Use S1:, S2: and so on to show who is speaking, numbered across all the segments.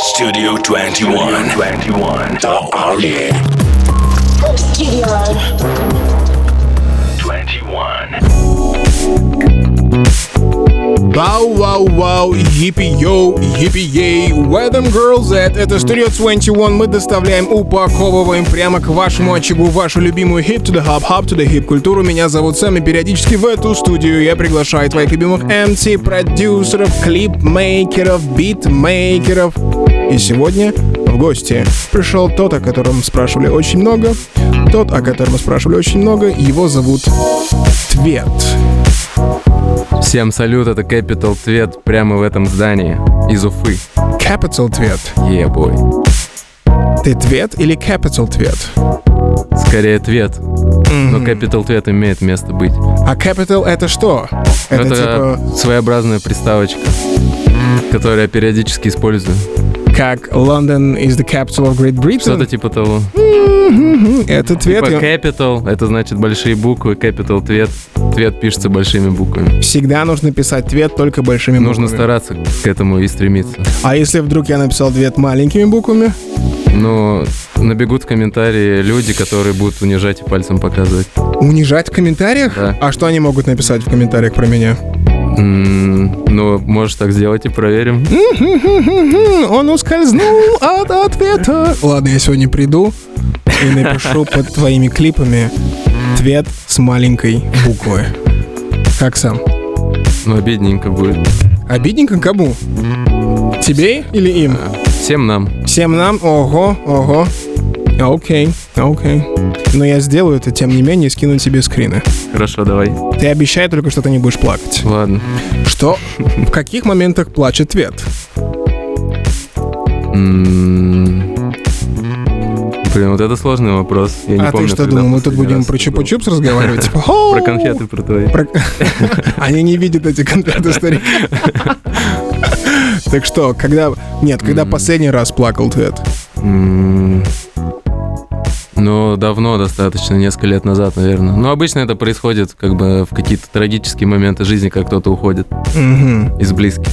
S1: Studio 21. 21. The Army.
S2: Studio
S1: 21.
S3: Вау, вау, вау, хиппи йоу, хиппи ей, Wedding Girl Z, это Studio 21, мы доставляем, упаковываем прямо к вашему очагу вашу любимую хип to the hub, hub to the hip культуру. Меня зовут Сэм, и периодически в эту студию я приглашаю твоих любимых MC, продюсеров, клипмейкеров, битмейкеров. И сегодня в гости пришел тот, о котором спрашивали очень много, тот, о котором спрашивали очень много, его зовут Твет.
S4: Всем салют, это Capital Твет прямо в этом здании, из Уфы.
S3: Capital Твет.
S4: Е-бой.
S3: Ты Твет или Capital Твет?
S4: Скорее Твет, но Capital Твет имеет место быть.
S3: А Capital это что? Это,
S4: Это,
S3: типа
S4: своеобразная приставочка, которую я периодически использую.
S3: как London is the capital of Great
S4: Что-то
S3: Britain.
S4: типа того.
S3: Мгм, Это Твет.
S4: Типа
S3: и он
S4: Capital, это значит большие буквы, Capital Твет. Твет пишется большими буквами.
S3: Всегда нужно писать Твет только большими
S4: Нужно
S3: буквами.
S4: стараться к этому и стремиться.
S3: А если вдруг я написал Твет маленькими буквами?
S4: Но набегут в комментарии люди, которые будут унижать и пальцем показывать.
S3: Унижать в комментариях?
S4: Да.
S3: А что они могут написать в комментариях про меня?
S4: М, Ну, можешь так сделать и проверим.
S3: Мгм, Он ускользнул от ответа. Ладно, я сегодня приду и напишу под твоими клипами Твет с маленькой буквы. Как сам?
S4: Ну, обидненько будет.
S3: Обидненько кому? Тебе или им?
S4: Всем нам.
S3: Всем нам? Ого, ого. Окей, окей. Но я сделаю это, тем не менее, и скину тебе скрины.
S4: Хорошо, давай.
S3: Ты обещай только, что ты не будешь плакать.
S4: Ладно.
S3: Что? В каких моментах плачет Твет?
S4: М, М-м-м. Блин, вот это сложный вопрос. Я не
S3: А ты
S4: помню,
S3: что
S4: когда
S3: думал, мы тут
S4: последний
S3: будем
S4: раз
S3: про
S4: это было.
S3: чупа-чупс разговаривать? Типа, «Хоу!»
S4: Про конфеты, про твои.
S3: Про- Они не видят эти конфеты, старик. Так что, когда... Нет, когда последний раз плакал Твет?
S4: М, М-м. Ну, давно достаточно, несколько лет назад, наверное. Но обычно это происходит как бы в какие-то трагические моменты жизни, как кто-то уходит
S3: Мгм.
S4: из близких.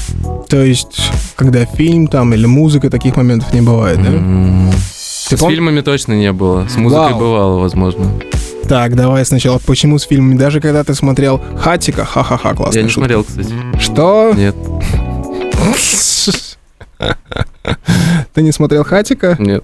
S3: То есть, когда фильм там или музыка, таких моментов не бывает, да?
S4: М,
S3: Ты
S4: М-м. С
S3: пом-
S4: фильмами точно не было. С музыкой
S3: Вау.
S4: бывало, возможно.
S3: Так, давай сначала. Почему с фильмами? Даже когда ты смотрел Хатика, ха-ха-ха, классная
S4: Я не
S3: шутка.
S4: смотрел, кстати.
S3: Что?
S4: Нет,
S3: Ты не смотрел Хатика?
S4: нет.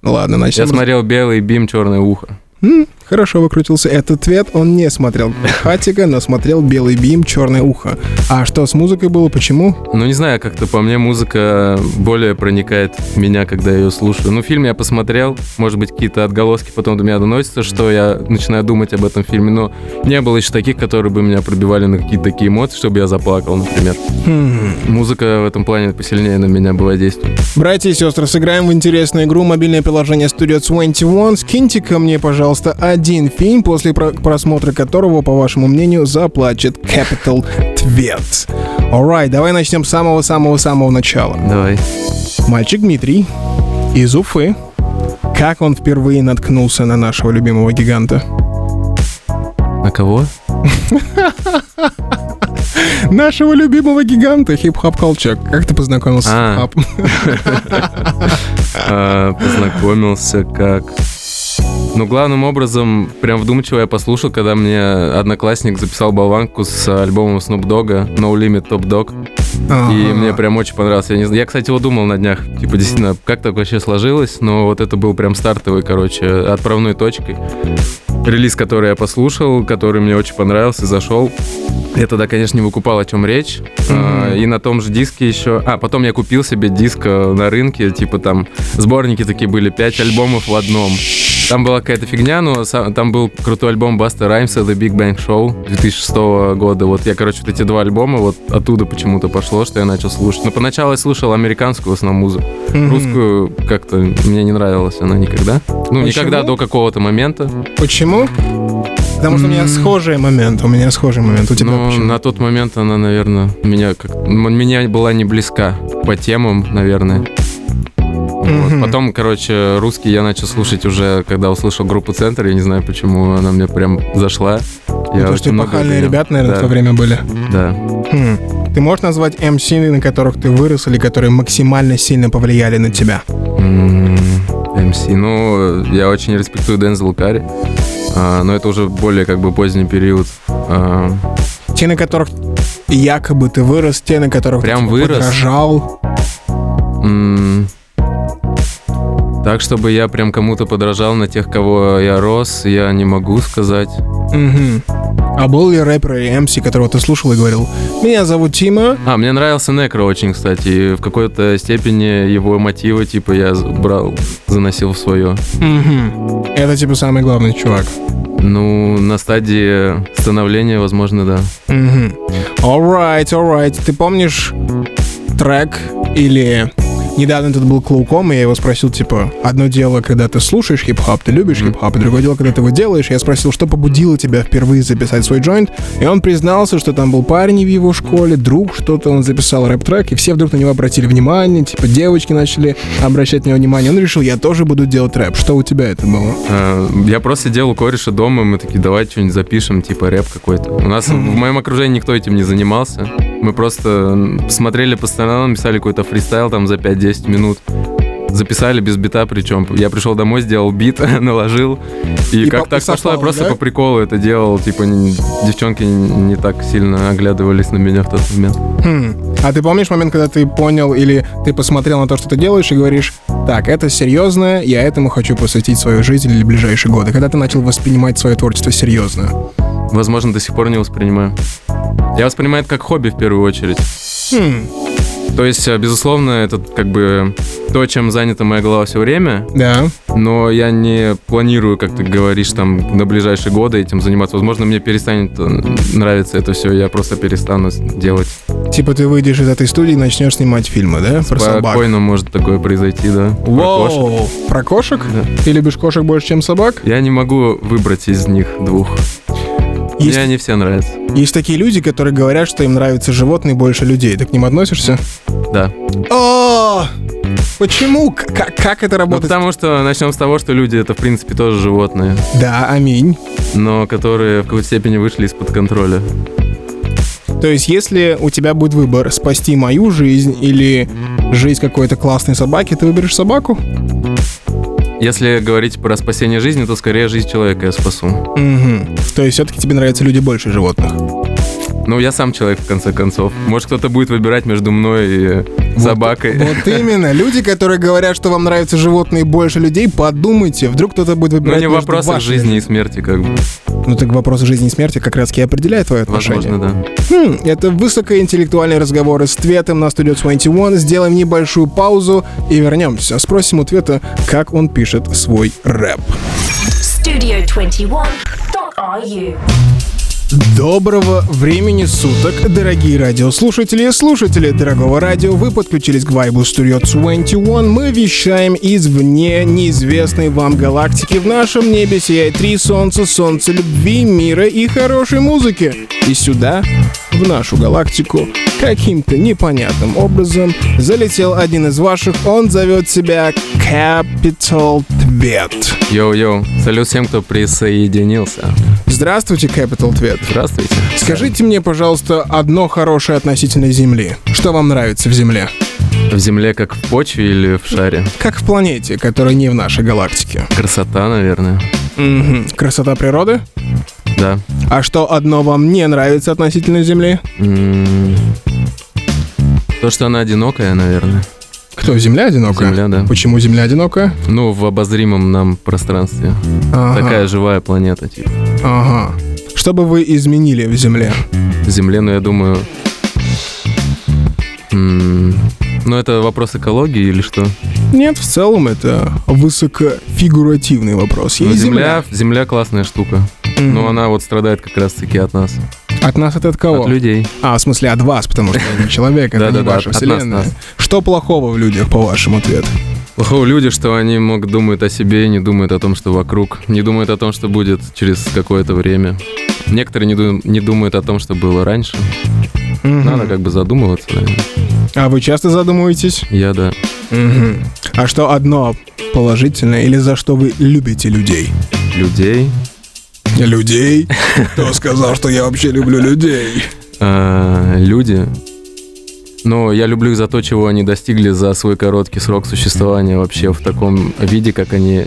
S3: Ну Ладно,
S4: Я
S3: начнем.
S4: смотрел белый бим, черное ухо.
S3: М, Хорошо выкрутился. Этот цвет он не смотрел Хатика, но смотрел Белый Бим, Черное Ухо. А что с музыкой было? Почему?
S4: Ну, не знаю, как-то по мне музыка более проникает в меня, когда я ее слушаю. Ну, фильм я посмотрел, может быть, какие-то отголоски потом до меня доносятся, что я начинаю думать об этом фильме, но не было еще таких, которые бы меня пробивали на какие-то такие эмоции, чтобы я заплакал, например.
S3: Хм.
S4: Музыка в этом плане посильнее на меня была действует.
S3: Братья и сестры, сыграем в интересную игру мобильное приложение Studio 21. Скиньте ко мне, пожалуйста, один фильм, после про- просмотра которого, по вашему мнению, заплачет Capital Твет. Alright, давай начнем с самого-самого-самого начала.
S4: Давай.
S3: Мальчик Дмитрий из Уфы. Как он впервые наткнулся на нашего любимого гиганта?
S4: На кого?
S3: Нашего любимого гиганта хип-хоп колчак. Как ты познакомился
S4: А.
S3: с хип-хоп?
S4: А, познакомился как... Ну, главным образом, прям вдумчиво я послушал, когда мне одноклассник записал болванку с альбомом Snoop Dogg No Limit Top Dog. И
S3: Ага.
S4: мне прям очень понравилось. Я, не знаю- я, кстати, его думал на днях, типа, действительно, как так вообще сложилось, но вот это был прям стартовый, короче, отправной точкой. Релиз, который я послушал, который мне очень понравился, зашел. Я тогда, конечно, не выкупал, о чем речь. А, И на том же диске еще... А, потом я купил себе диск э, на рынке, типа там сборники такие были, пять альбомов в одном. Там была какая-то фигня, но са- там был крутой альбом Баста Раймса The Big Bang Show 2006 года. Вот я, короче, вот эти два альбома, вот оттуда почему-то пошло, что я начал слушать. Но поначалу я слушал американскую в основном музыку.
S3: Мгм.
S4: Русскую как-то мне не нравилась она никогда. Ну, никогда до какого-то момента.
S3: Почему? Потому что у меня
S4: М. Ну,
S3: схожий момент. У меня схожий момент. У тебя
S4: Но
S3: почему?
S4: на тот момент она, наверное, меня как м- меня была не близка по темам, наверное. Вот.
S3: Мгм.
S4: Потом, короче, русский я начал слушать уже, когда услышал группу Центр. Я не знаю, почему она мне прям зашла. Я
S3: Ну, Потому
S4: очень
S3: что
S4: много
S3: эпохальные
S4: ее-
S3: ребят, наверное,
S4: да,
S3: в то время были.
S4: Да.
S3: Хм. Ты можешь назвать MC, на которых ты вырос, или которые максимально сильно повлияли на тебя?
S4: МС. Ну, я очень респектую Дензел Карри. А, но это уже более как бы поздний период. А,
S3: Те, на которых якобы ты вырос, те, на которых
S4: Прям
S3: ты типа,
S4: вырос?
S3: подражал.
S4: м, так, чтобы я прям кому-то подражал на тех, кого я рос, я не могу сказать.
S3: Мгм. А был ли рэпер или MC, которого ты слушал и говорил, меня зовут Тима,
S4: А, мне нравился Некро очень, кстати. И в какой-то степени его мотивы, типа, я з- брал, заносил в свое.
S3: Мгм. это типа самый главный чувак.
S4: Ну, на стадии становления, возможно, да.
S3: Мгм. Alright, alright. Ты помнишь трек или... Недавно тут был Клоуком, и я его спросил, типа, одно дело, когда ты слушаешь хип-хоп, ты любишь хип-хоп, и другое дело, когда ты его делаешь. Я спросил, что побудило тебя впервые записать свой джойнт, и он признался, что там был парень в его школе, друг, что-то он записал рэп-трек, и все вдруг на него обратили внимание, типа, девочки начали обращать на него внимание. Он решил, я тоже буду делать рэп. Что у тебя это было?
S4: Э, Я просто делал кореша дома, мы такие, давай что-нибудь запишем, типа рэп какой-то. У нас в моем окружении никто этим не занимался. Мы просто м, смотрели по сторонам, писали какой-то фристайл там за 5-10 минут. Записали без бита причем. Я пришел домой, сделал бит, наложил. И,
S3: И
S4: как
S3: по-
S4: так
S3: и
S4: пошло, я
S3: совпало,
S4: просто
S3: да?
S4: по приколу это делал. Типа не- девчонки не не так сильно оглядывались на меня в тот момент.
S3: Хм. А ты помнишь момент, когда ты понял или ты посмотрел на то, что ты делаешь, и говоришь, так, это серьезно, я этому хочу посвятить свою жизнь или ближайшие годы? Когда ты начал воспринимать свое творчество серьезно?
S4: Возможно, до сих пор не воспринимаю. Я воспринимаю это как хобби в первую очередь.
S3: Хм,
S4: То есть, э, безусловно, это как бы то, чем занята моя голова все время,
S3: да.
S4: но я не планирую, как ты говоришь, там, на ближайшие годы этим заниматься. Возможно, мне перестанет э, нравиться это все, я просто перестану с- делать.
S3: Типа ты выйдешь из этой студии и начнешь снимать фильмы, да? Про собак.
S4: Спокойно может такое произойти, да. Про кошек.
S3: Воу! Про кошек?
S4: Да.
S3: Ты любишь кошек больше, чем собак?
S4: Я не могу выбрать из них двух.
S3: Есть,
S4: Мне они все нравятся.
S3: есть такие люди, которые говорят, что им нравятся животные больше людей. Ты к ним относишься?
S4: Да.
S3: О! Почему? К- Как, как это
S4: Ну,
S3: работает?
S4: потому что начнем с того, что люди это, в принципе, тоже животные,
S3: Да, аминь.
S4: но которые в какой-то степени вышли из-под контроля.
S3: То есть, если у тебя будет выбор спасти мою жизнь или жизнь какой-то классной собаки, ты выберешь собаку?
S4: Если говорить про спасение жизни, то скорее жизнь человека я спасу.
S3: Угу. То есть, все-таки тебе нравятся люди больше животных?
S4: Ну, я сам человек, в конце концов. Может, кто-то будет выбирать между мной и э, собакой.
S3: Вот именно. Люди, которые говорят, что вам нравятся животные больше людей, подумайте, вдруг кто-то будет
S4: Но
S3: выбирать
S4: Ну, не
S3: между
S4: вопрос о
S3: вашими.
S4: жизни и смерти, как бы.
S3: Ну так вопрос жизни и смерти как раз и определяет твое отношение.
S4: Возможно, да.
S3: Хм, это высокоинтеллектуальные разговоры с Тветом на Studio 21. Сделаем небольшую паузу и вернемся. Спросим у Твета, как он пишет свой рэп.
S2: Studio 21. Dot RU.
S3: Доброго времени суток, дорогие радиослушатели и слушатели дорогого радио. Вы подключились к вайбу Studio 21. Мы вещаем извне неизвестной вам галактики. В нашем небе сияет три солнца, солнце любви, мира и хорошей музыки. И сюда, в нашу галактику, каким-то непонятным образом залетел один из ваших. Он зовет себя Capital Твет.
S4: Йоу-йоу. Салют всем, кто присоединился.
S3: Здравствуйте, Capital Твет.
S4: Здравствуйте.
S3: Скажите мне, пожалуйста, одно хорошее относительно Земли. Что вам нравится в Земле?
S4: В земле как в почве или в шаре?
S3: Как в планете, которая не в нашей галактике.
S4: Красота, наверное.
S3: Мгм. Красота природы?
S4: Да.
S3: А что одно вам не нравится относительно Земли?
S4: М, М-м-м. То, что она одинокая, наверное.
S3: Кто, Земля одинокая?
S4: Земля, да.
S3: Почему Земля одинокая?
S4: Ну, в обозримом нам пространстве.
S3: Ага,
S4: Такая живая планета, типа.
S3: Ага. Что бы вы изменили в Земле?
S4: земле, но я думаю... м, Ну, это вопрос экологии или что?
S3: Нет, в целом это высокофигуративный вопрос.
S4: Ну,
S3: Есть
S4: земля, земля классная штука.
S3: Мгм.
S4: Но она вот страдает как раз-таки от нас.
S3: От нас это от кого?
S4: От людей.
S3: А, в смысле, от вас, потому что я не человек, это не
S4: Да-да-да,
S3: ваша
S4: от нас,
S3: вселенная.
S4: нас.
S3: Что плохого в людях, по вашему ответу?
S4: Плохого люди, что они могут думают о себе, не думают о том, что вокруг, не думают о том, что будет через какое-то время. Некоторые не, ду- не думают о том, что было раньше. Надо как бы задумываться, наверное.
S3: А вы часто задумываетесь?
S4: Я, да.
S3: А что одно положительное или за что вы любите людей?
S4: Людей.
S3: Людей? Кто сказал, что я вообще люблю людей?
S4: А, люди. Но я люблю их за то, чего они достигли за свой короткий срок существования вообще в таком виде, как они,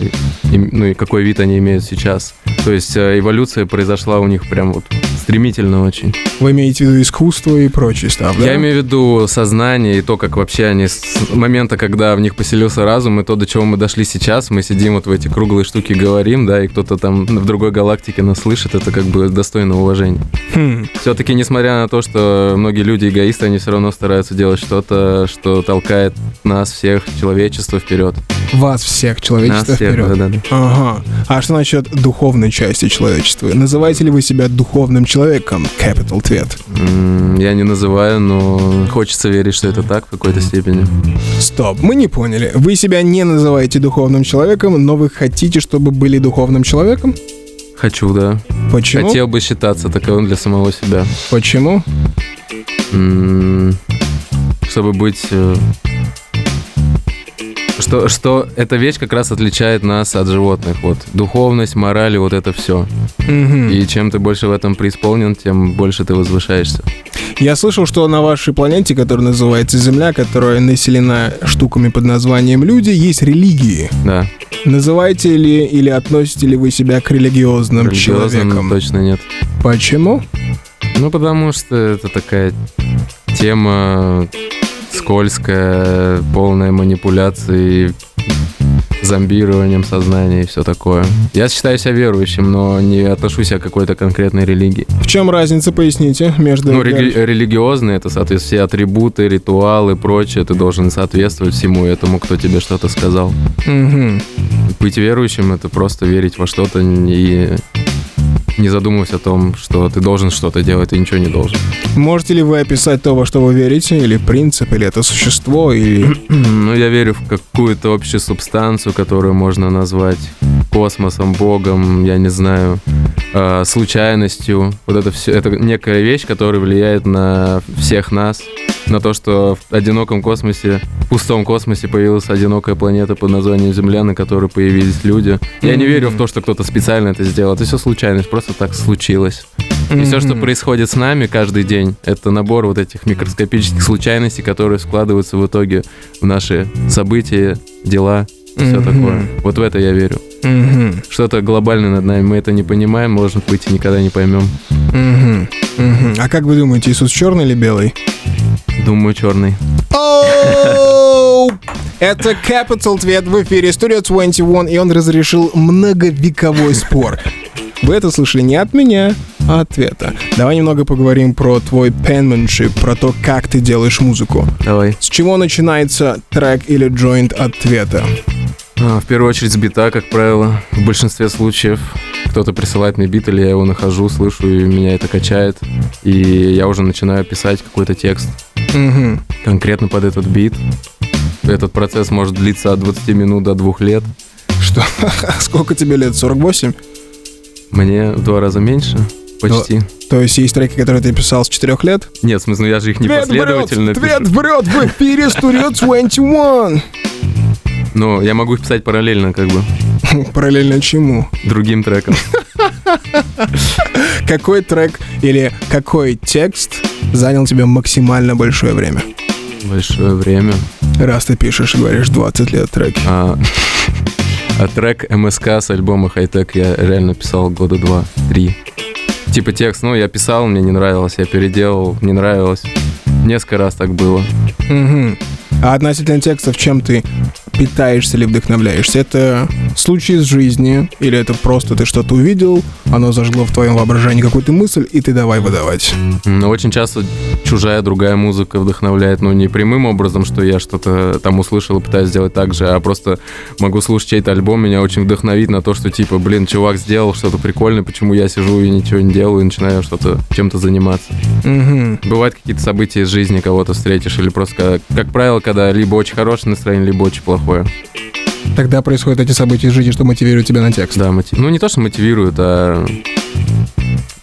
S4: им- ну и какой вид они имеют сейчас. То есть э, эволюция произошла у них прям вот стремительно очень.
S3: Вы имеете в виду искусство и прочий став, да?
S4: Я имею в виду сознание и то, как вообще они с момента, когда в них поселился разум, и то, до чего мы дошли сейчас, мы сидим вот в эти круглые штуки, говорим, да, и кто-то там в другой галактике нас слышит, это как бы достойно уважения.
S3: Хм.
S4: Все-таки, несмотря на то, что многие люди эгоисты, они все равно стараются делать что-то, что толкает нас всех, человечество вперед.
S3: Вас всех,
S4: Нас
S3: человечество
S4: всех,
S3: вперед.
S4: да-да-да.
S3: Ага. А что насчет духовной части человечества? Называете ли вы себя духовным человеком? Capital Твет.
S4: М, Я не называю, но хочется верить, что это так в какой-то степени.
S3: Стоп, мы не поняли. Вы себя не называете духовным человеком, но вы хотите, чтобы были духовным человеком?
S4: Хочу, да.
S3: Почему?
S4: Хотел бы считаться таковым для самого себя.
S3: Почему?
S4: М, чтобы быть... э, Что, что эта вещь как раз отличает нас от животных. Вот духовность, мораль и вот это все.
S3: Мгм.
S4: И чем ты больше в этом преисполнен, тем больше ты возвышаешься.
S3: Я слышал, что на вашей планете, которая называется Земля, которая населена штуками под названием люди, есть религии.
S4: Да.
S3: Называете ли или относите ли вы себя к религиозным,
S4: Религиозным
S3: человеком?
S4: точно нет.
S3: Почему?
S4: Ну, потому что это такая тема скользкая, полная манипуляций, зомбированием сознания и все такое. Я считаю себя верующим, но не отношу себя к какой-то конкретной религии.
S3: В чем разница, поясните, между...
S4: ну, реги- религиозные это, соответственно, все атрибуты, ритуалы, прочее. Ты должен соответствовать всему этому, кто тебе что-то сказал.
S3: Мгм.
S4: Быть верующим это просто верить во что-то и не задумываясь о том, что ты должен что-то делать, ты ничего не должен.
S3: Можете ли вы описать то, во что вы верите, или принцип, или это существо, или...
S4: Ну, я верю в какую-то общую субстанцию, которую можно назвать космосом, богом, я не знаю, э, случайностью. Вот это все, это некая вещь, которая влияет на всех нас, на то, что в одиноком космосе, в пустом космосе появилась одинокая планета под названием Земля, на которой появились люди. Я не верю в то, что кто-то специально это сделал. Это все случайность, просто так случилось. И все, что происходит с нами каждый день, это набор вот этих микроскопических случайностей, которые складываются в итоге в наши события, дела, все
S3: Мгм.
S4: такое. Вот в это я верю.
S3: Мгм.
S4: Что-то глобальное над нами, мы это не понимаем, может быть, и никогда не поймем.
S3: Мгм. Мгм. А как вы думаете, Иисус черный или белый?
S4: Думаю, черный.
S3: Оу! Это Capital Твет в эфире Studio 21, и он разрешил многовековой спор. Вы это слышали не от меня, а от Твета. Давай немного поговорим про твой penmanship, про то, как ты делаешь музыку.
S4: Давай.
S3: С чего начинается трек или джойнт от Твета?
S4: А, в первую очередь с бита, как правило. В большинстве случаев кто-то присылает мне бит, или я его нахожу, слышу, и меня это качает. И я уже начинаю писать какой-то текст.
S3: Мгм.
S4: конкретно под этот бит. Этот процесс может длиться от 20 минут до 2 лет.
S3: Что? Сколько тебе лет? 48?
S4: Мне в два раза меньше. Почти.
S3: То есть есть треки, которые ты писал с 4 лет?
S4: Нет, в смысле, ну я же их не
S3: Твет врет!
S4: последовательно
S3: Твет
S4: пишу.
S3: врет! В эфире Studio 21!
S4: Но я могу их писать параллельно, как бы,
S3: Параллельно чему?
S4: другим треком.
S3: Какой трек или какой текст занял тебе максимально большое время?
S4: Большое время.
S3: Раз ты пишешь и говоришь 20 лет треки.
S4: А, а трек МСК с альбома Хайтек я реально писал года два, три. Типа текст, ну, я писал, мне не нравилось, я переделал, не нравилось. Несколько раз так было.
S3: Мгм. А относительно текстов, чем ты питаешься или вдохновляешься? Это случай из жизни, или это просто ты что-то увидел, оно зажгло в твоем воображении какую-то мысль, и ты давай выдавать.
S4: Но очень часто чужая другая музыка вдохновляет, ну, не прямым образом, что я что-то там услышал и пытаюсь сделать так же, а просто могу слушать чей-то альбом, меня очень вдохновит на то, что, типа, блин, чувак сделал что-то прикольное, почему я сижу и ничего не делаю, и начинаю что-то, чем-то заниматься.
S3: Мгм.
S4: Бывают какие-то события из жизни, кого-то встретишь, или просто, как, как правило, когда либо очень хорошее настроение, либо очень плохое.
S3: Тогда происходят эти события из жизни, что мотивируют тебя на текст.
S4: Да, мотив- ну не то, что мотивирует, а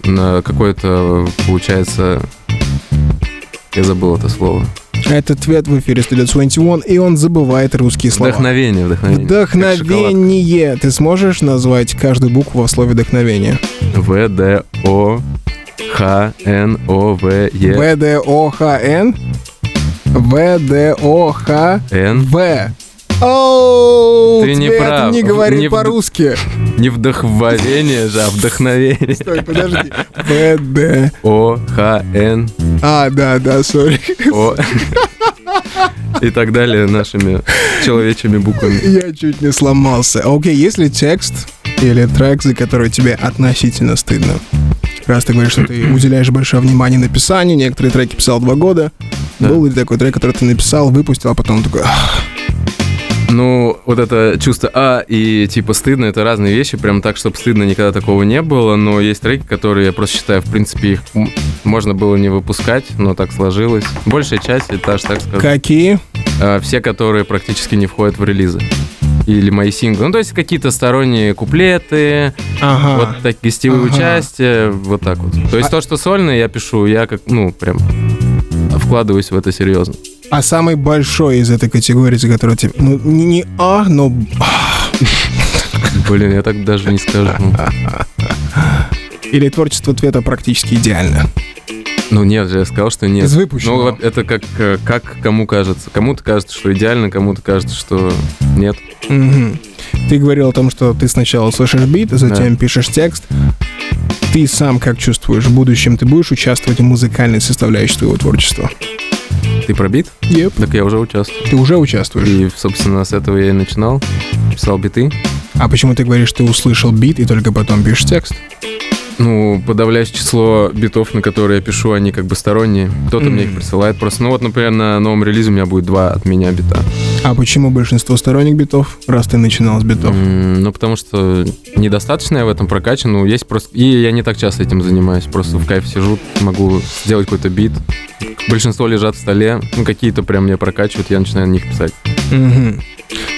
S4: на какое-то, получается, я забыл это слово.
S3: Это Твет в эфире Studio 21, и он забывает русские слова.
S4: Вдохновение, вдохновение.
S3: Вдохновение. Ты сможешь назвать каждую букву в слове вдохновение?
S4: В Д О Х Н О В Е
S3: В, Д, О, Х, Н. ВДОХ
S4: Н.
S3: В. Оу,
S4: Ты не
S3: тебе это
S4: прав.
S3: не говори
S4: Не вд-
S3: по-русски.
S4: Не вдохновение же, а вдохновение.
S3: Стой, подожди. ВД.
S4: О, Х, Н,
S3: А, да, да, сори.
S4: О. И так далее нашими человечьими буквами.
S3: Я чуть не сломался. Окей, есть ли текст или трек, за который тебе относительно стыдно? Раз ты говоришь, что ты уделяешь большое внимание написанию, некоторые треки писал два года.
S4: Да.
S3: Был ли такой трек, который ты написал, выпустил, а потом такой... «Ах,
S4: Ну, вот это чувство А и типа стыдно, это разные вещи. Прям так, чтобы стыдно никогда такого не было. Но есть треки, которые я просто считаю, в принципе, их м- можно было не выпускать, но так сложилось. Большая часть, это аж так сказать.
S3: Какие?
S4: а, все, которые практически не входят в релизы. Или мои синглы. Ну, то есть какие-то сторонние куплеты,
S3: Ага.
S4: вот так гостевые
S3: Ага. А
S4: участия, вот так вот. То есть то, что сольное я пишу, я как, ну, прям вкладываюсь в это серьезно.
S3: А самый большой из этой категории, за которую тебе... Ну, не, не А, но... «Ах».
S4: Блин, я так даже не скажу.
S3: Или творчество Твета практически идеально.
S4: Ну нет же, я сказал, что нет.
S3: Из выпущенного.
S4: Ну, вот это как, э, как кому кажется. Кому-то кажется, что идеально, кому-то кажется, что нет.
S3: Мгм. Ты говорил о том, что ты сначала слышишь бит, затем пишешь текст. Ты сам как чувствуешь, в будущем ты будешь участвовать в музыкальной составляющей твоего творчества?
S4: Ты пробит?
S3: Еп.
S4: Так я уже участвую.
S3: Ты уже участвуешь.
S4: И, собственно, с этого я и начинал. Писал биты.
S3: А почему ты говоришь, ты услышал бит и только потом пишешь текст?
S4: Ну, подавляющее число битов, на которые я пишу, они как бы сторонние. Кто-то мне их присылает просто. Ну вот, например, на новом релизе у меня будет два от меня бита.
S3: А почему большинство сторонних битов, раз ты начинал с битов?
S4: М, Ну, потому что недостаточно я в этом прокачан. Ну, есть просто... И я не так часто этим занимаюсь. Просто в кайф сижу, могу сделать какой-то бит. Большинство лежат в столе. Ну, какие-то прям меня прокачивают, я начинаю на них писать.
S3: Мгм.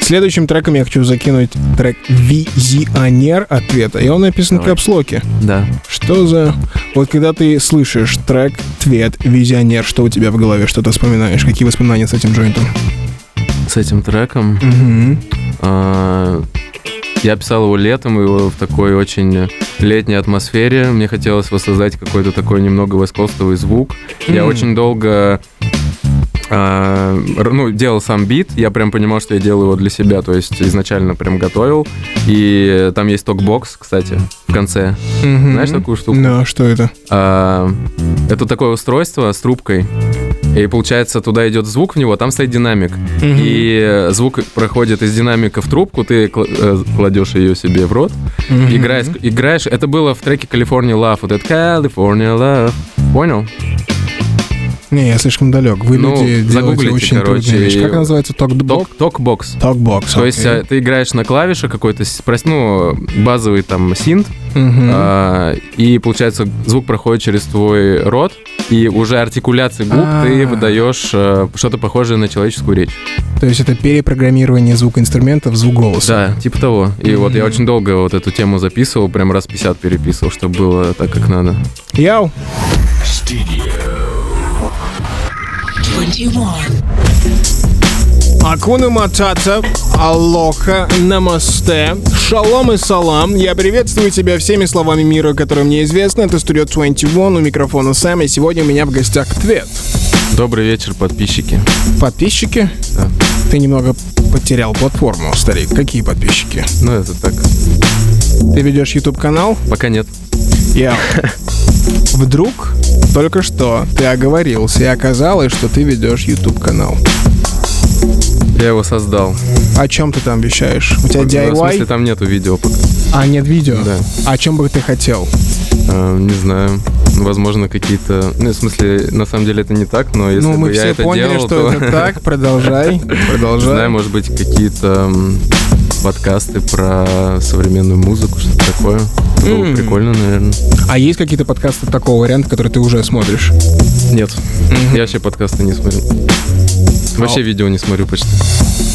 S3: Следующим треком я хочу закинуть трек «Визионер» ответа, и он написан в
S4: Давай.
S3: капслоке.
S4: Да.
S3: Что за... Вот когда ты слышишь трек «Твет», «Визионер», что у тебя в голове, что ты вспоминаешь, какие воспоминания с этим джойнтом?
S4: С этим треком А, Я писал его летом, его в такой очень летней атмосфере. Мне хотелось воссоздать какой-то такой немного восковствовый звук. Я
S3: Мгм.
S4: очень долго а, р- ну, делал сам бит. Я прям понимал, что я делаю его для себя. То есть изначально прям готовил. И там есть токбокс, кстати, в конце. Знаешь такую штуку?
S3: Да, Ну, что это?
S4: А, это такое устройство с трубкой. И получается, туда идет звук в него, там стоит динамик. И э, звук проходит из динамика в трубку, ты кла- э, кладешь ее себе в рот, играешь, играешь. Это было в треке California Love, вот это California Love. Понял?
S3: Не, я слишком далек. Вы
S4: Ну,
S3: люди делаете
S4: загуглите,
S3: очень
S4: короче,
S3: трудные вещи. Как
S4: и-
S3: называется? Токбокс?
S4: Токбокс.
S3: Токбокс,
S4: То есть э, ты играешь на клавише какой-то, с- прос- ну, базовый там синт, а, и получается звук проходит через твой рот, и уже артикуляцией губ ты
S3: А.
S4: выдаешь э, что-то похожее на человеческую речь.
S3: То есть это перепрограммирование звука инструмента в звук голоса.
S4: Да, типа того. И вот я очень долго вот эту тему записывал, прям раз 50 переписывал, чтобы было так, как надо.
S3: Яу! Акуна Матата, Алоха, Намасте, Шалом и Салам. Я приветствую тебя всеми словами мира, которые мне известны. Это Studio 21, у микрофона Сэм, и сегодня у меня в гостях Твет.
S4: Добрый вечер, подписчики.
S3: Подписчики?
S4: Да.
S3: Ты немного потерял платформу, старик. Какие подписчики?
S4: Ну, это так.
S3: Ты ведешь YouTube-канал?
S4: Пока нет.
S3: Я. Вдруг только что ты оговорился, и оказалось, что ты ведешь YouTube-канал.
S4: Я его создал.
S3: О чем ты там вещаешь? У тебя
S4: Ну, В смысле,
S3: DIY?
S4: там нету видео пока.
S3: А, нет видео?
S4: Да.
S3: О чем бы ты хотел?
S4: А, не знаю. Возможно, какие-то... Ну, в смысле, на самом деле это не так, но если
S3: ну, мы
S4: бы я
S3: все
S4: это
S3: поняли, что
S4: делал, то...
S3: это так. Продолжай.
S4: Не
S3: Продолжай.
S4: знаю, может быть, какие-то м, подкасты про современную музыку, что-то такое. Это Было бы
S3: М.
S4: прикольно, наверное.
S3: А есть какие-то подкасты такого варианта, которые ты уже смотришь?
S4: Нет. Я вообще подкасты не смотрю.
S3: А
S4: Вообще видео не смотрю почти.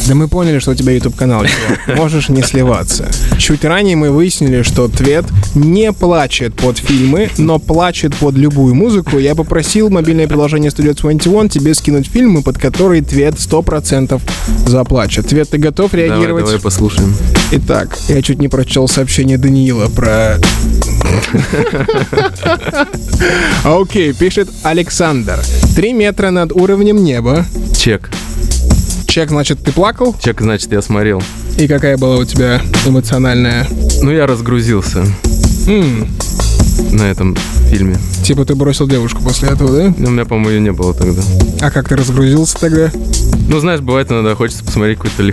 S3: Да мы поняли, что у тебя YouTube-канал, чувак. Можешь не сливаться. Чуть ранее мы выяснили, что Твет не плачет под фильмы, но плачет под любую музыку. Я попросил мобильное приложение Studio 21 тебе скинуть фильмы, под которые Твет 100% заплачет. Твет, ты готов
S4: Давай,
S3: реагировать?
S4: давай послушаем.
S3: Итак, я чуть не прочел сообщение Даниила про... Окей, пишет Александр. Три метра над уровнем неба,
S4: Чек.
S3: Чек, значит, ты плакал?
S4: Чек, значит, я смотрел.
S3: И какая была у тебя эмоциональная...
S4: Ну, я разгрузился
S3: М,
S4: на этом фильме.
S3: типа ты бросил девушку после этого, да?
S4: Ну, У меня, по-моему, ее не было тогда.
S3: А как ты разгрузился тогда?
S4: Ну, знаешь, бывает иногда хочется посмотреть какое-то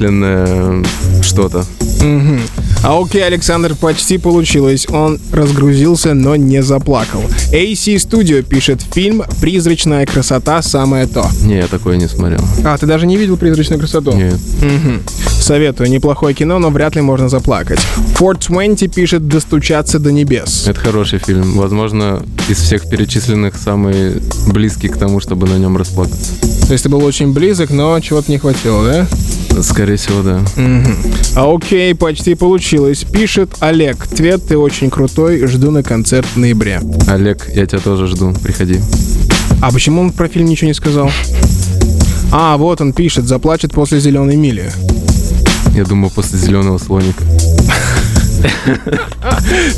S4: легкомысленное что-то.
S3: Мгм. А окей, Александр, почти получилось. Он разгрузился, но не заплакал. AC Studio пишет фильм «Призрачная красота. Самое то».
S4: Не, я такое не смотрел.
S3: А, ты даже не видел «Призрачную красоту»?
S4: Нет.
S3: Мгм. Советую. Неплохое кино, но вряд ли можно заплакать. 420 пишет «Достучаться до небес».
S4: Это хороший фильм. Возможно, из всех перечисленных самый близкий к тому, чтобы на нем расплакаться.
S3: То есть ты был очень близок, но чего-то не хватило, да?
S4: Скорее всего, да.
S3: А окей, почти получилось. Пишет Олег. Твет, ты очень крутой. Жду на концерт в ноябре.
S4: Олег, я тебя тоже жду. Приходи.
S3: А почему он про фильм ничего не сказал? А, вот он пишет, заплачет после зеленой мили.
S4: Я думаю, после зеленого слоника.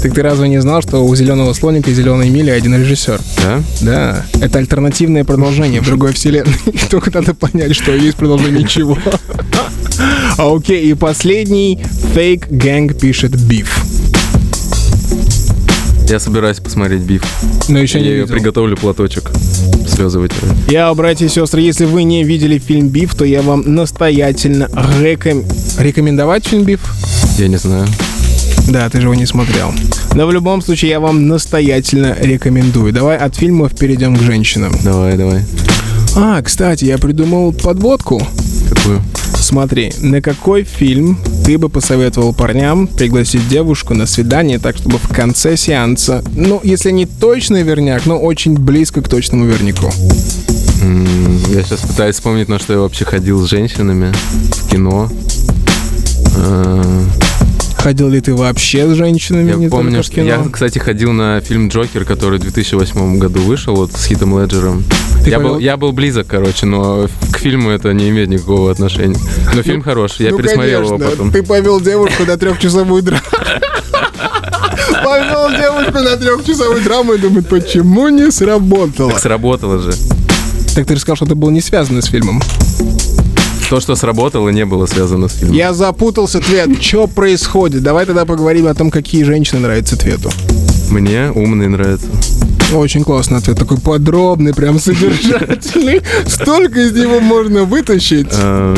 S3: Так ты разве не знал, что у зеленого слоника и зеленой мили один режиссер?
S4: Да?
S3: Да. Это альтернативное продолжение в другой вселенной. Только надо понять, что есть продолжение чего. А, Окей, и последний фейк гэнг пишет биф.
S4: Я собираюсь посмотреть биф.
S3: Но еще
S4: Я
S3: не
S4: её
S3: видел.
S4: приготовлю платочек. Слезы вытереть.
S3: Я, братья и сестры, если вы не видели фильм «Биф», то я вам настоятельно реком... рекомендовать фильм «Биф»?
S4: Я не знаю.
S3: Да, ты же его не смотрел. Но в любом случае я вам настоятельно рекомендую. Давай от фильмов перейдем к женщинам.
S4: Давай, давай.
S3: А, кстати, я придумал подводку.
S4: Какую?
S3: Смотри, на какой фильм ты бы посоветовал парням пригласить девушку на свидание, так чтобы в конце сеанса, ну, если не точный верняк, но очень близко к точному вернику.
S4: М, Я сейчас пытаюсь вспомнить, на что я вообще ходил с женщинами в кино. Э,
S3: Ходил ли ты вообще с женщинами? не
S4: Я помню,
S3: только в
S4: что
S3: кино?
S4: я, кстати, ходил на фильм Джокер, который в 2008 году вышел, вот с Хитом Леджером.
S3: Ты
S4: Я был,
S3: повел?
S4: я был близок, короче, но к фильму это не имеет никакого отношения. Но фильм хороший, я
S3: ну,
S4: пересмотрел его
S3: конечно,
S4: потом.
S3: Ты повел девушку на трехчасовую драму. Повел девушку на трехчасовую драму и думает, почему не сработало?
S4: Сработало же.
S3: Так ты же сказал, что ты был не связан с фильмом.
S4: То, что сработало, не было связано с фильмом.
S3: Я запутался, Твет. Что происходит? Давай тогда поговорим о том, какие женщины нравятся Твету.
S4: Мне умные нравятся.
S3: Очень классный ответ. Такой подробный, прям содержательный. Столько из него можно вытащить.
S4: Эм,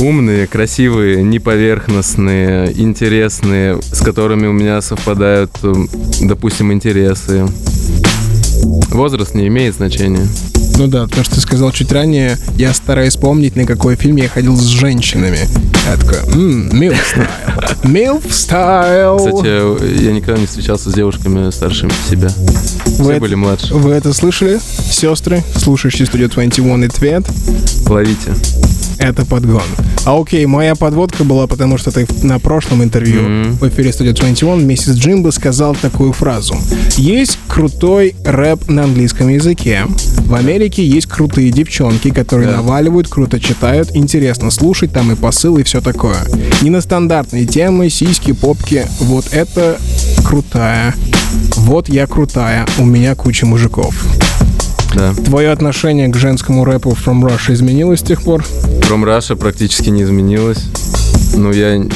S4: Умные, красивые, неповерхностные, интересные, с которыми у меня совпадают, эм, допустим, интересы. Возраст не имеет значения.
S3: Ну да, потому что ты сказал чуть ранее, я стараюсь помнить, на какой фильм я ходил с женщинами. Я такой, ммм, Милф Стайл. Милф Стайл.
S4: Кстати, я никогда не встречался с девушками старшими себя.
S3: Вы
S4: Все
S3: это-
S4: были младше.
S3: Вы это слышали? Сестры, слушающие студию 21 и Твет,
S4: Ловите.
S3: это подгон. А окей, моя подводка была, потому что ты на прошлом интервью
S4: Мгм.
S3: в эфире Studio 21 миссис Джимбо сказал такую фразу. Есть крутой рэп на английском языке. В Америке есть крутые девчонки, которые
S4: Да.
S3: наваливают, круто читают, интересно слушать, там и посыл, и все такое. Не на стандартные темы, сиськи, попки. Вот это крутая. Вот я крутая, у меня куча мужиков.
S4: Да.
S3: Твое отношение к женскому рэпу From Russia изменилось с тех пор?
S4: From Russia практически не изменилась. Ну, я н-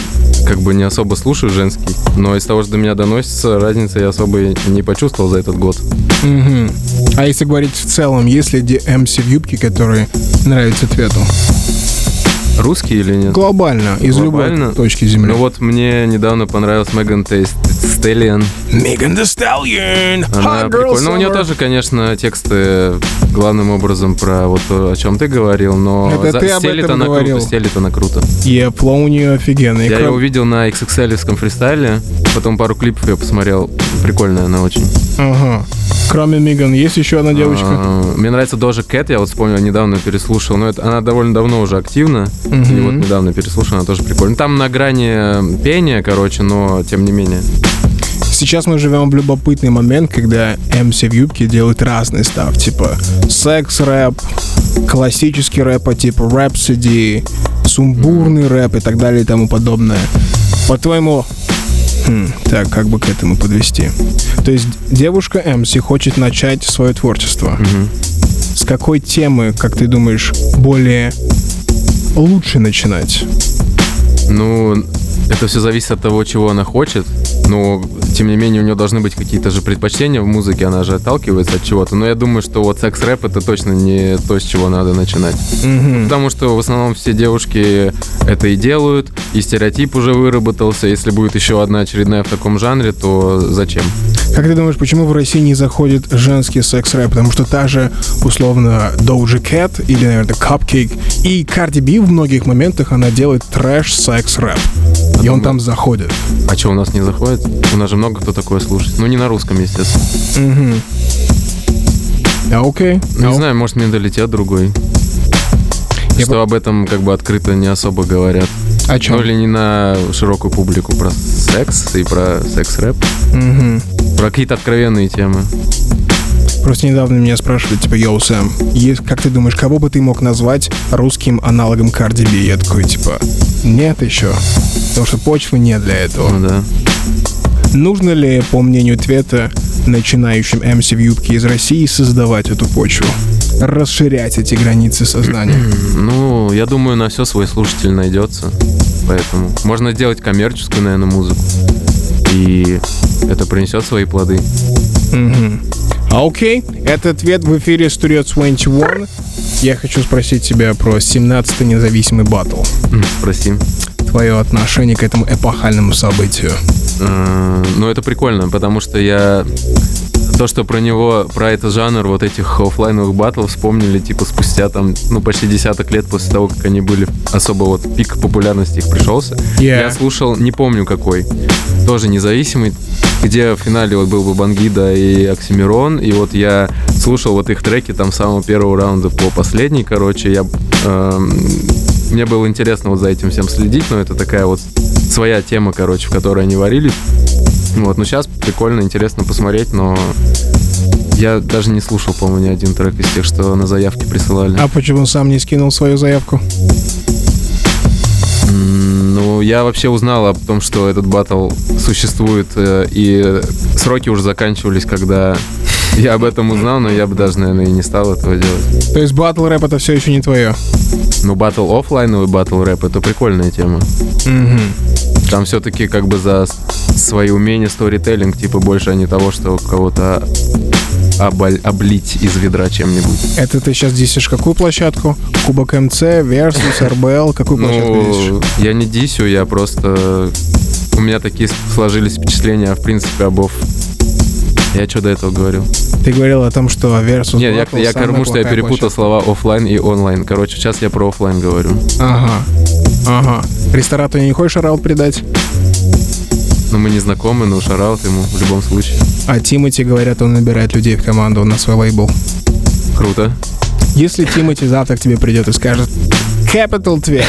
S4: как бы не особо слушаю женский, но из того, что до меня доносится, разницы я особо и не почувствовал за этот год.
S3: Мгм. А если говорить в целом, есть ли DMC в юбке, которые нравятся цвету?
S4: Русский или нет?
S3: Глобально, из
S4: Глобально?
S3: любой точки земли.
S4: Ну вот мне недавно понравилась Меган Тейст Стеллиан.
S3: Megan Thee Stallion, Hot
S4: Она
S3: Girl
S4: прикольная. Ну, у нее
S3: Summer.
S4: тоже, конечно, тексты главным образом про вот то, о чем ты говорил, но
S3: Это ты об
S4: стелит
S3: этом
S4: она
S3: говорил.
S4: круто, стелит она круто.
S3: И пло у нее офигенный.
S4: Я ее увидел на xxl фристайле, потом пару клипов я посмотрел. Прикольная она очень.
S3: Ага. Кроме Миган, есть еще одна девочка?
S4: А, Мне нравится Дожа Кэт, я вот вспомнил, недавно переслушал, но это, она довольно давно уже активна, и вот недавно переслушал, она тоже прикольная. Там на грани э, пения, короче, но тем не менее.
S3: Сейчас мы живем в любопытный момент, когда MC в юбке делают разный став, типа секс-рэп, классический рэп, а типа рэпсиди, сумбурный рэп и так далее и тому подобное. По-твоему, хм, так, как бы к этому подвести? То есть девушка MC хочет начать свое творчество. С какой темы, как ты думаешь, более лучше начинать?
S4: Ну, это все зависит от того, чего она хочет. Но, тем не менее, у нее должны быть какие-то же предпочтения в музыке, она же отталкивается от чего-то. Но я думаю, что вот секс-рэп это точно не то, с чего надо начинать. Потому что в основном все девушки это и делают, и стереотип уже выработался. Если будет еще одна очередная в таком жанре, то зачем?
S3: Как ты думаешь, почему в России не заходит женский секс-рэп? Потому что та же, условно, Doja Cat или, наверное, Cupcake и Cardi B в многих моментах она делает трэш-секс-рэп. И он там заходит.
S4: А что, у нас не заходит? У нас же много кто такое слушает. Ну, не на русском, естественно.
S3: А, Окей.
S4: Ну,
S3: А,
S4: не знаю, может, менталитет другой.
S3: Я
S4: Что об этом как бы открыто не особо говорят.
S3: О чем?
S4: Ну или не на широкую публику про секс и про секс-рэп.
S3: Мгм.
S4: Про какие-то откровенные темы.
S3: Просто недавно меня спрашивали, типа, йоу, Сэм, есть, как ты думаешь, кого бы ты мог назвать русским аналогом Cardi B? Я такой, типа, нет еще. Потому что почвы нет для этого.
S4: Ну да.
S3: Нужно ли, по мнению Твета, начинающим МС в юбке из России создавать эту почву? Расширять эти границы сознания?
S4: Ну, я думаю, на все свой слушатель найдется. Поэтому можно сделать коммерческую, наверное, музыку. И это принесет свои плоды.
S3: А, Окей, это ответ в эфире Studio 21. Я хочу спросить тебя про 17-й независимый батл.
S4: М, Прости.
S3: Твое отношение к этому эпохальному событию.
S4: Э, Ну, это прикольно, потому что я... То, что про него, про этот жанр вот этих оффлайновых батлов вспомнили, типа, спустя там, ну, почти десяток лет после того, как они были особо вот пик популярности их пришелся.
S3: Yeah.
S4: Я слушал, не помню какой, тоже независимый, где в финале вот был бы Бангида и Оксимирон, и вот я слушал вот их треки там с самого первого раунда по последний, короче, я... эм, мне было интересно вот за этим всем следить, но это такая вот своя тема, короче, в которой они варились. Вот, ну сейчас прикольно, интересно посмотреть, но я даже не слушал, по-моему, ни один трек из тех, что на заявке присылали.
S3: А почему сам не скинул свою заявку?
S4: М, Ну, я вообще узнал о том, что этот батл существует, э, и сроки уже заканчивались, когда я об этом узнал, но я бы даже, наверное, и не стал этого делать.
S3: То есть батл рэп это все еще не твое.
S4: Ну, батл оффлайновый батл рэп — это прикольная тема. Там все-таки как бы за с- свои умения сторителлинг, типа, больше, а не того, что кого-то оболь- облить из ведра чем-нибудь.
S3: Это ты сейчас дисишь какую площадку? Кубок МЦ, Versus, РБЛ, какую площадку дисишь?
S4: Ну, я не дисю, я просто... У меня такие сложились впечатления, а в принципе, об офф. Я что до этого говорил?
S3: Ты говорил о том, что Versus
S4: Нет, я,
S3: Battle
S4: я
S3: самая
S4: корму, что я
S3: плохая
S4: перепутал слова оффлайн и онлайн. Короче, сейчас я про оффлайн говорю.
S3: площадка. Ага. Ага. Ресторату не хочешь араут придать?
S4: Но Ну, мы не знакомы, но шараут ему в любом случае.
S3: А Тимати, говорят, он набирает людей в команду на свой лейбл.
S4: Круто.
S3: Если Тимати завтра к тебе придет и скажет Capital Твет,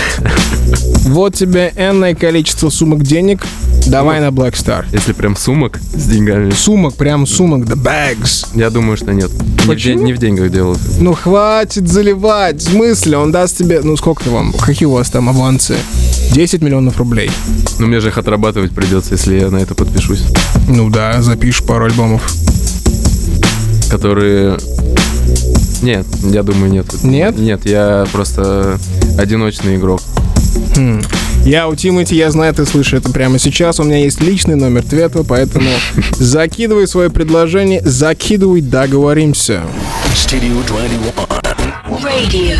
S3: вот тебе энное количество сумок денег, давай на Black Star.
S4: Если прям сумок с деньгами.
S3: Сумок, прям сумок, the bags.
S4: Я думаю, что нет. Не в, ден-
S3: Почему?
S4: не в деньгах делают.
S3: Ну хватит заливать, в смысле, он даст тебе, ну сколько вам, какие у вас там авансы? 10 миллионов рублей.
S4: Но мне же их отрабатывать придется, если я на это подпишусь.
S3: Ну да, запишешь пару альбомов.
S4: Которые... Нет, я думаю, нет.
S3: Нет?
S4: Нет, я просто одиночный игрок.
S3: Я у Тимати, я знаю, ты слышишь это прямо сейчас. У меня есть личный номер Твета, поэтому закидывай свое предложение, закидывай, договоримся.
S1: Studio 21.
S2: Radio.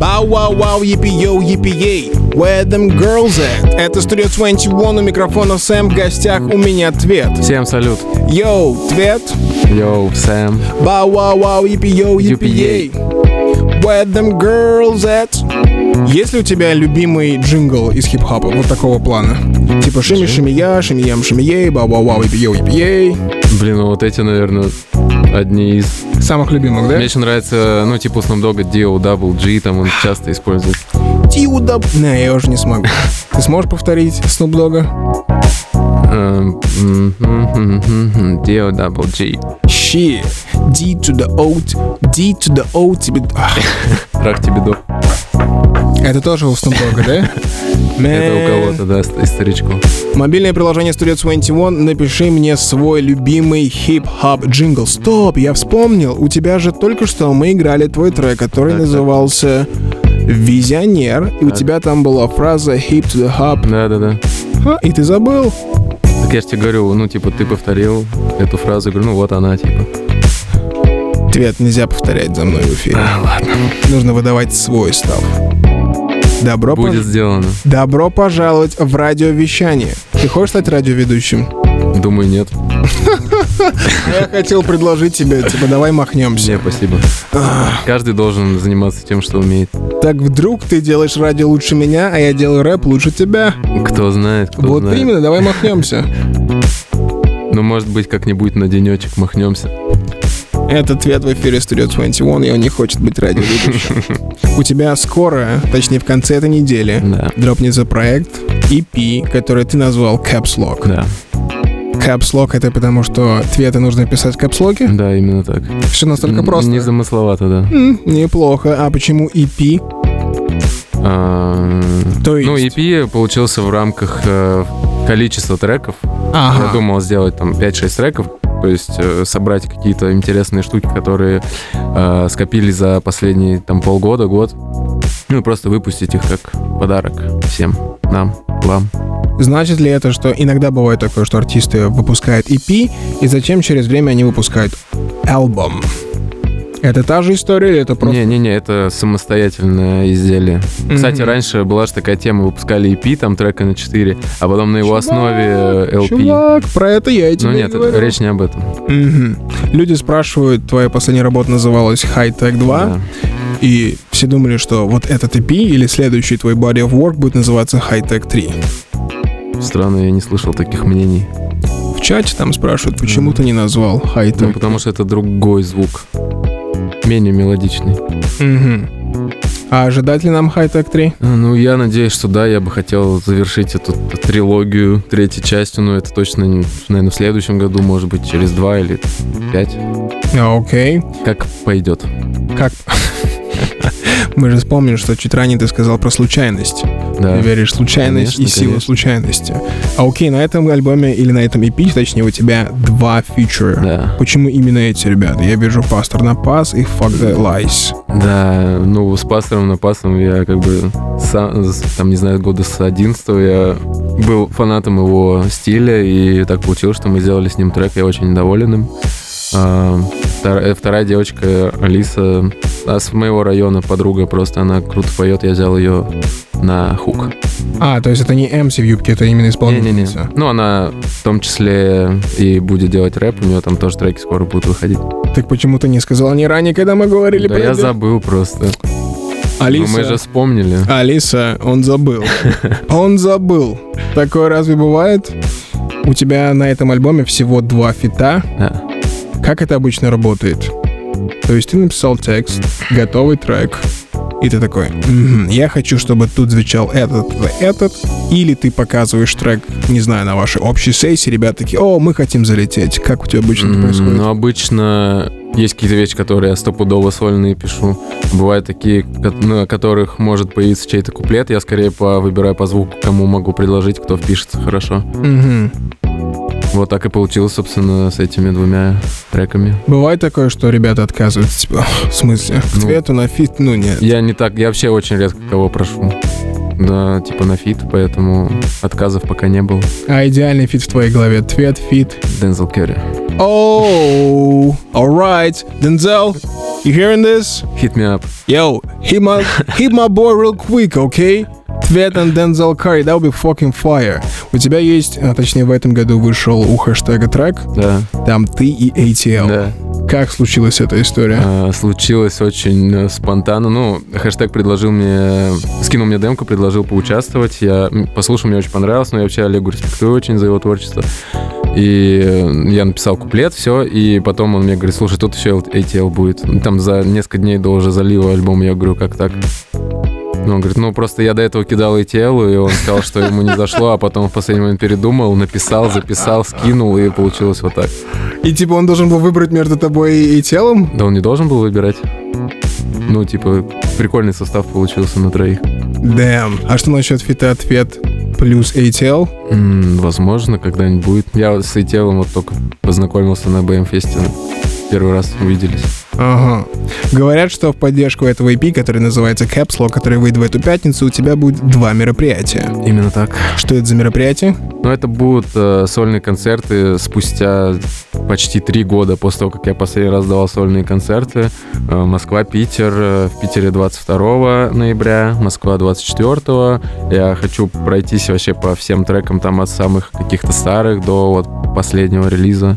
S3: Бау вау вау епи йоу епи ей Where them girls at? Это Studio 21 у микрофона Сэм, в гостях у меня Твет.
S4: Всем салют.
S3: Йоу, Твет.
S4: Йоу, Сэм.
S3: Бау вау вау епи йоу епи
S4: Епи
S3: ей
S4: ей.
S3: Where them girls at? Есть ли у тебя любимый джингл из хип-хопа вот такого плана? Типа шими шими я, шими ям шими ей, бау вау вау епи йоу епи ей
S4: Блин, ну вот эти, наверное, одни из
S3: Самых любимых, да?
S4: Мне еще нравится, ну, типа у Snoop Dogg D.O.W.G, там он часто использует.
S3: Тиуда. Не, я уже не смогу. Ты сможешь повторить Snoop Dogg?
S4: Эм, м, м, м, м, D.O.W.G.
S3: Shit. D to the O, T- D to the O, тебе... Ах.
S4: Трах тебе до.
S3: Это тоже у Снупдога, да?
S4: Это у кого-то, да, ст- из старичков.
S3: Мобильное приложение Studio 21, напиши мне свой любимый хип-хоп джингл. Стоп, я вспомнил, у тебя же только что мы играли твой трек, который
S4: Так, так.
S3: назывался «Визионер», и у
S4: Так.
S3: тебя там была фраза «hip to the hop»,
S4: Да-да-да.
S3: Ха, и ты забыл.
S4: Так я же тебе говорю, ну, типа, ты повторил эту фразу, говорю, ну, вот она, типа.
S3: Ответ нельзя повторять за мной в эфире.
S4: А, ладно.
S3: Нужно выдавать свой став. Добро, пож-
S4: Будет сделано.
S3: Добро пожаловать в радиовещание. Ты хочешь стать радиоведущим?
S4: Думаю, нет.
S3: Я хотел предложить тебе, типа, давай махнемся.
S4: Не, спасибо. Каждый должен заниматься тем, что умеет.
S3: Так вдруг ты делаешь радио лучше меня, а я делаю рэп лучше тебя.
S4: Кто знает, кто
S3: вот
S4: знает.
S3: именно, давай махнемся.
S4: Ну, может быть, как-нибудь на денечек махнемся.
S3: Это ответ в эфире Studio 21, и он не хочет быть радиоведущим. У тебя скоро, точнее в конце этой недели,
S4: Да.
S3: дропнется проект EP, который ты назвал Caps Lock.
S4: Да,
S3: Caps Lock это потому, что ответы нужно писать в капслоке?
S4: да, именно так.
S3: Все настолько
S4: Н-
S3: просто.
S4: Незамысловато, да.
S3: М, Неплохо. А почему EP?
S4: А,
S3: То есть?
S4: Ну, EP получился в рамках э, количества треков. Я
S3: Ага.
S4: думал сделать там 5-6 треков, то есть э, собрать какие-то интересные штуки, которые э, скопились за последние там полгода, год. Ну, и просто выпустить их как подарок всем нам, вам.
S3: Значит ли это, что иногда бывает такое, что артисты выпускают EP, и зачем через время они выпускают альбом? Это та же история или это просто...
S4: Не-не-не, это самостоятельное изделие. Кстати,
S3: Мгм.
S4: раньше была же такая тема, выпускали EP, там трека на 4, а потом на его
S3: Чувак,
S4: основе э, LP.
S3: Чувак, про это я и тебе
S4: ну нет,
S3: говорю.
S4: это- речь не об этом.
S3: Мгм. Люди спрашивают, твоя последняя работа называлась High Tech 2,
S4: Да.
S3: и все думали, что вот этот EP или следующий твой body of work будет называться High Tech 3.
S4: Странно, я не слышал таких мнений.
S3: В чате там спрашивают, почему ты не назвал High
S4: Ну,
S3: Tech.
S4: потому что это другой звук. Менее мелодичный.
S3: Мгм. А ожидать ли нам High Tech 3?
S4: А, Ну, я надеюсь, что да, я бы хотел завершить эту трилогию третьей частью, но это точно, не- наверное, в следующем году, может быть, через два или пять.
S3: А, Окей.
S4: Как пойдет.
S3: Как? Мы же вспомним, что чуть ранее ты сказал про случайность.
S4: Да.
S3: Ты веришь в случайность
S4: Конечно,
S3: и силу
S4: конечно.
S3: случайности. А окей, на этом альбоме или на этом EP, точнее, у тебя два фичера.
S4: Да.
S3: Почему именно эти ребята? Я вижу пастор на пас и fuck the lies.
S4: Да, ну, с пастором на пасом я как бы, сам, с- там, не знаю, года с 11 я был фанатом его стиля, и так получилось, что мы сделали с ним трек, я очень доволен им. А, втор- э, вторая девочка, Алиса, а, с моего района, подруга просто, она круто поет, я взял ее на хук.
S3: А, то есть это не MC в юбке, это именно
S4: Не-не-не.
S3: исполнительница.
S4: Ну, она в том числе и будет делать рэп, у нее там тоже треки скоро будут выходить.
S3: Так почему ты не сказал не ранее, когда мы говорили
S4: да
S3: про
S4: я
S3: это?
S4: забыл просто. Ну,
S3: Алиса.
S4: мы же вспомнили.
S3: Алиса, он забыл. Он забыл. Такое разве бывает? У тебя на этом альбоме всего два фита.
S4: Да.
S3: Как это обычно работает? То есть ты написал текст, готовый трек, и ты такой, «Мгм, я хочу, чтобы тут звучал этот, этот, или ты показываешь трек, не знаю, на вашей общей сессии, ребята такие, о, мы хотим залететь. Как у тебя обычно это
S4: М,
S3: происходит?
S4: Ну, обычно есть какие-то вещи, которые я стопудово сольные пишу. Бывают такие, ко- на которых может появиться чей-то куплет. Я скорее по, выбираю по звуку, кому могу предложить, кто впишется хорошо.
S3: Мгм.
S4: Вот так и получилось, собственно, с этими двумя треками.
S3: Бывает такое, что ребята отказываются, типа, в смысле, к
S4: Ну.
S3: цвету, на фит, ну нет.
S4: Я не так, я вообще очень редко кого прошу. Да, типа на фит, поэтому отказов пока не было.
S3: А идеальный фит в твоей голове, цвет, фит,
S4: Дензел Керри.
S3: Oh, all right, Denzel, you hearing this?
S4: Hit me up.
S3: Yo, hit my hit my boy real quick, okay? Твет and Denzel Curry, that would be fucking fire. У тебя есть, а, точнее в этом году вышел у хэштега трек,
S4: Да,
S3: там ты и ATL.
S4: да.
S3: Как случилась эта история?
S4: А, Случилось очень э, спонтанно. Ну, хэштег предложил мне, скинул мне демку, предложил поучаствовать. Я м, послушал, мне очень понравилось, но я вообще Олегу респектую очень за его творчество. И э, я написал куплет, все, и потом он мне говорит, слушай, тут еще ATL будет. Ну, Там за несколько дней до уже залива альбом, я говорю, как так? Ну, он говорит, ну, просто я до этого кидал ATL, и он сказал, что ему не зашло, а потом в последний момент передумал, написал, записал, скинул, и получилось вот так.
S3: И типа он должен был выбрать между тобой и ATL?
S4: Да он не должен был выбирать. Ну, типа, прикольный состав получился на троих.
S3: Дэм. А что насчет фита ответ плюс ATL?
S4: М, возможно, когда-нибудь будет. Я вот с Ителом вот только познакомился на БМ-фесте. Первый раз увиделись.
S3: Ага. Говорят, что в поддержку этого EP, который называется Caps Lock, который выйдет в эту пятницу, у тебя будет два мероприятия.
S4: Именно так.
S3: Что это за мероприятие?
S4: Но это будут э, сольные концерты спустя почти три года после того, как я последний раз давал сольные концерты. Э, Москва, Питер. Э, В Питере 22 ноября, Москва 24. Я хочу пройтись вообще по всем трекам там от самых каких-то старых до вот последнего релиза.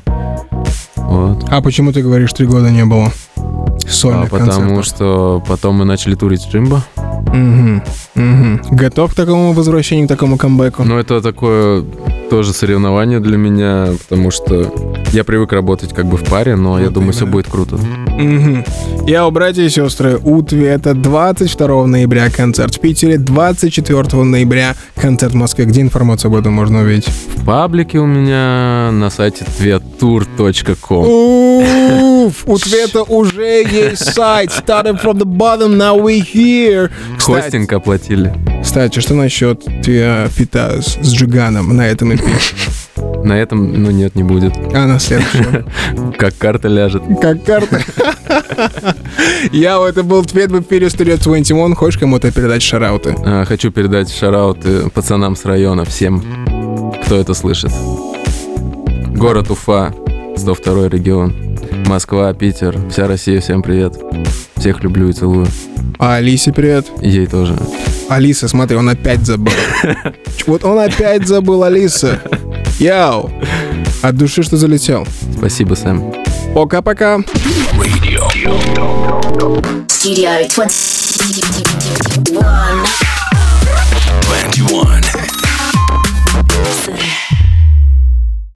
S4: Вот.
S3: А почему ты говоришь, три года не было
S4: А
S3: сольных
S4: потому
S3: концертов?
S4: что потом мы начали турить Джимбо.
S3: Мгм, мгм. Готов к такому возвращению, к такому камбэку?
S4: Но это такое тоже соревнование для меня, потому что я привык работать как бы в паре, но я
S3: Вот
S4: думаю, все
S3: именно.
S4: будет круто.
S3: Мгм. Я у братья и сестры Утви. Это 22 ноября концерт в Питере, 24 ноября концерт в Москве. Где информацию об этом можно увидеть?
S4: В паблике у меня на сайте tviatour.com.
S3: Уф, у Твета уже есть сайт. Started from the bottom, now we here. Кстати-
S4: Хостинг оплатили.
S3: Кстати, что насчет э, фита с с Джиганом на этом эпи?
S4: На этом, ну нет, не будет.
S3: А на следующем.
S4: Как карта ляжет.
S3: Как карта. Я, это был Твет в эфире Studio 21. Хочешь кому-то передать шарауты?
S4: А, Хочу передать шарауты пацанам с района, всем, кто это слышит. Город Уфа, 102 регион. Москва, Питер, вся Россия, всем привет. Всех люблю и целую.
S3: А Алисе привет.
S4: Ей тоже.
S3: Алиса, смотри, он опять забыл. Ч- Вот он опять забыл, Алиса. Яу. От души, что залетел.
S4: Спасибо, Сэм.
S3: Пока-пока.
S2: Studio 21.
S1: 21.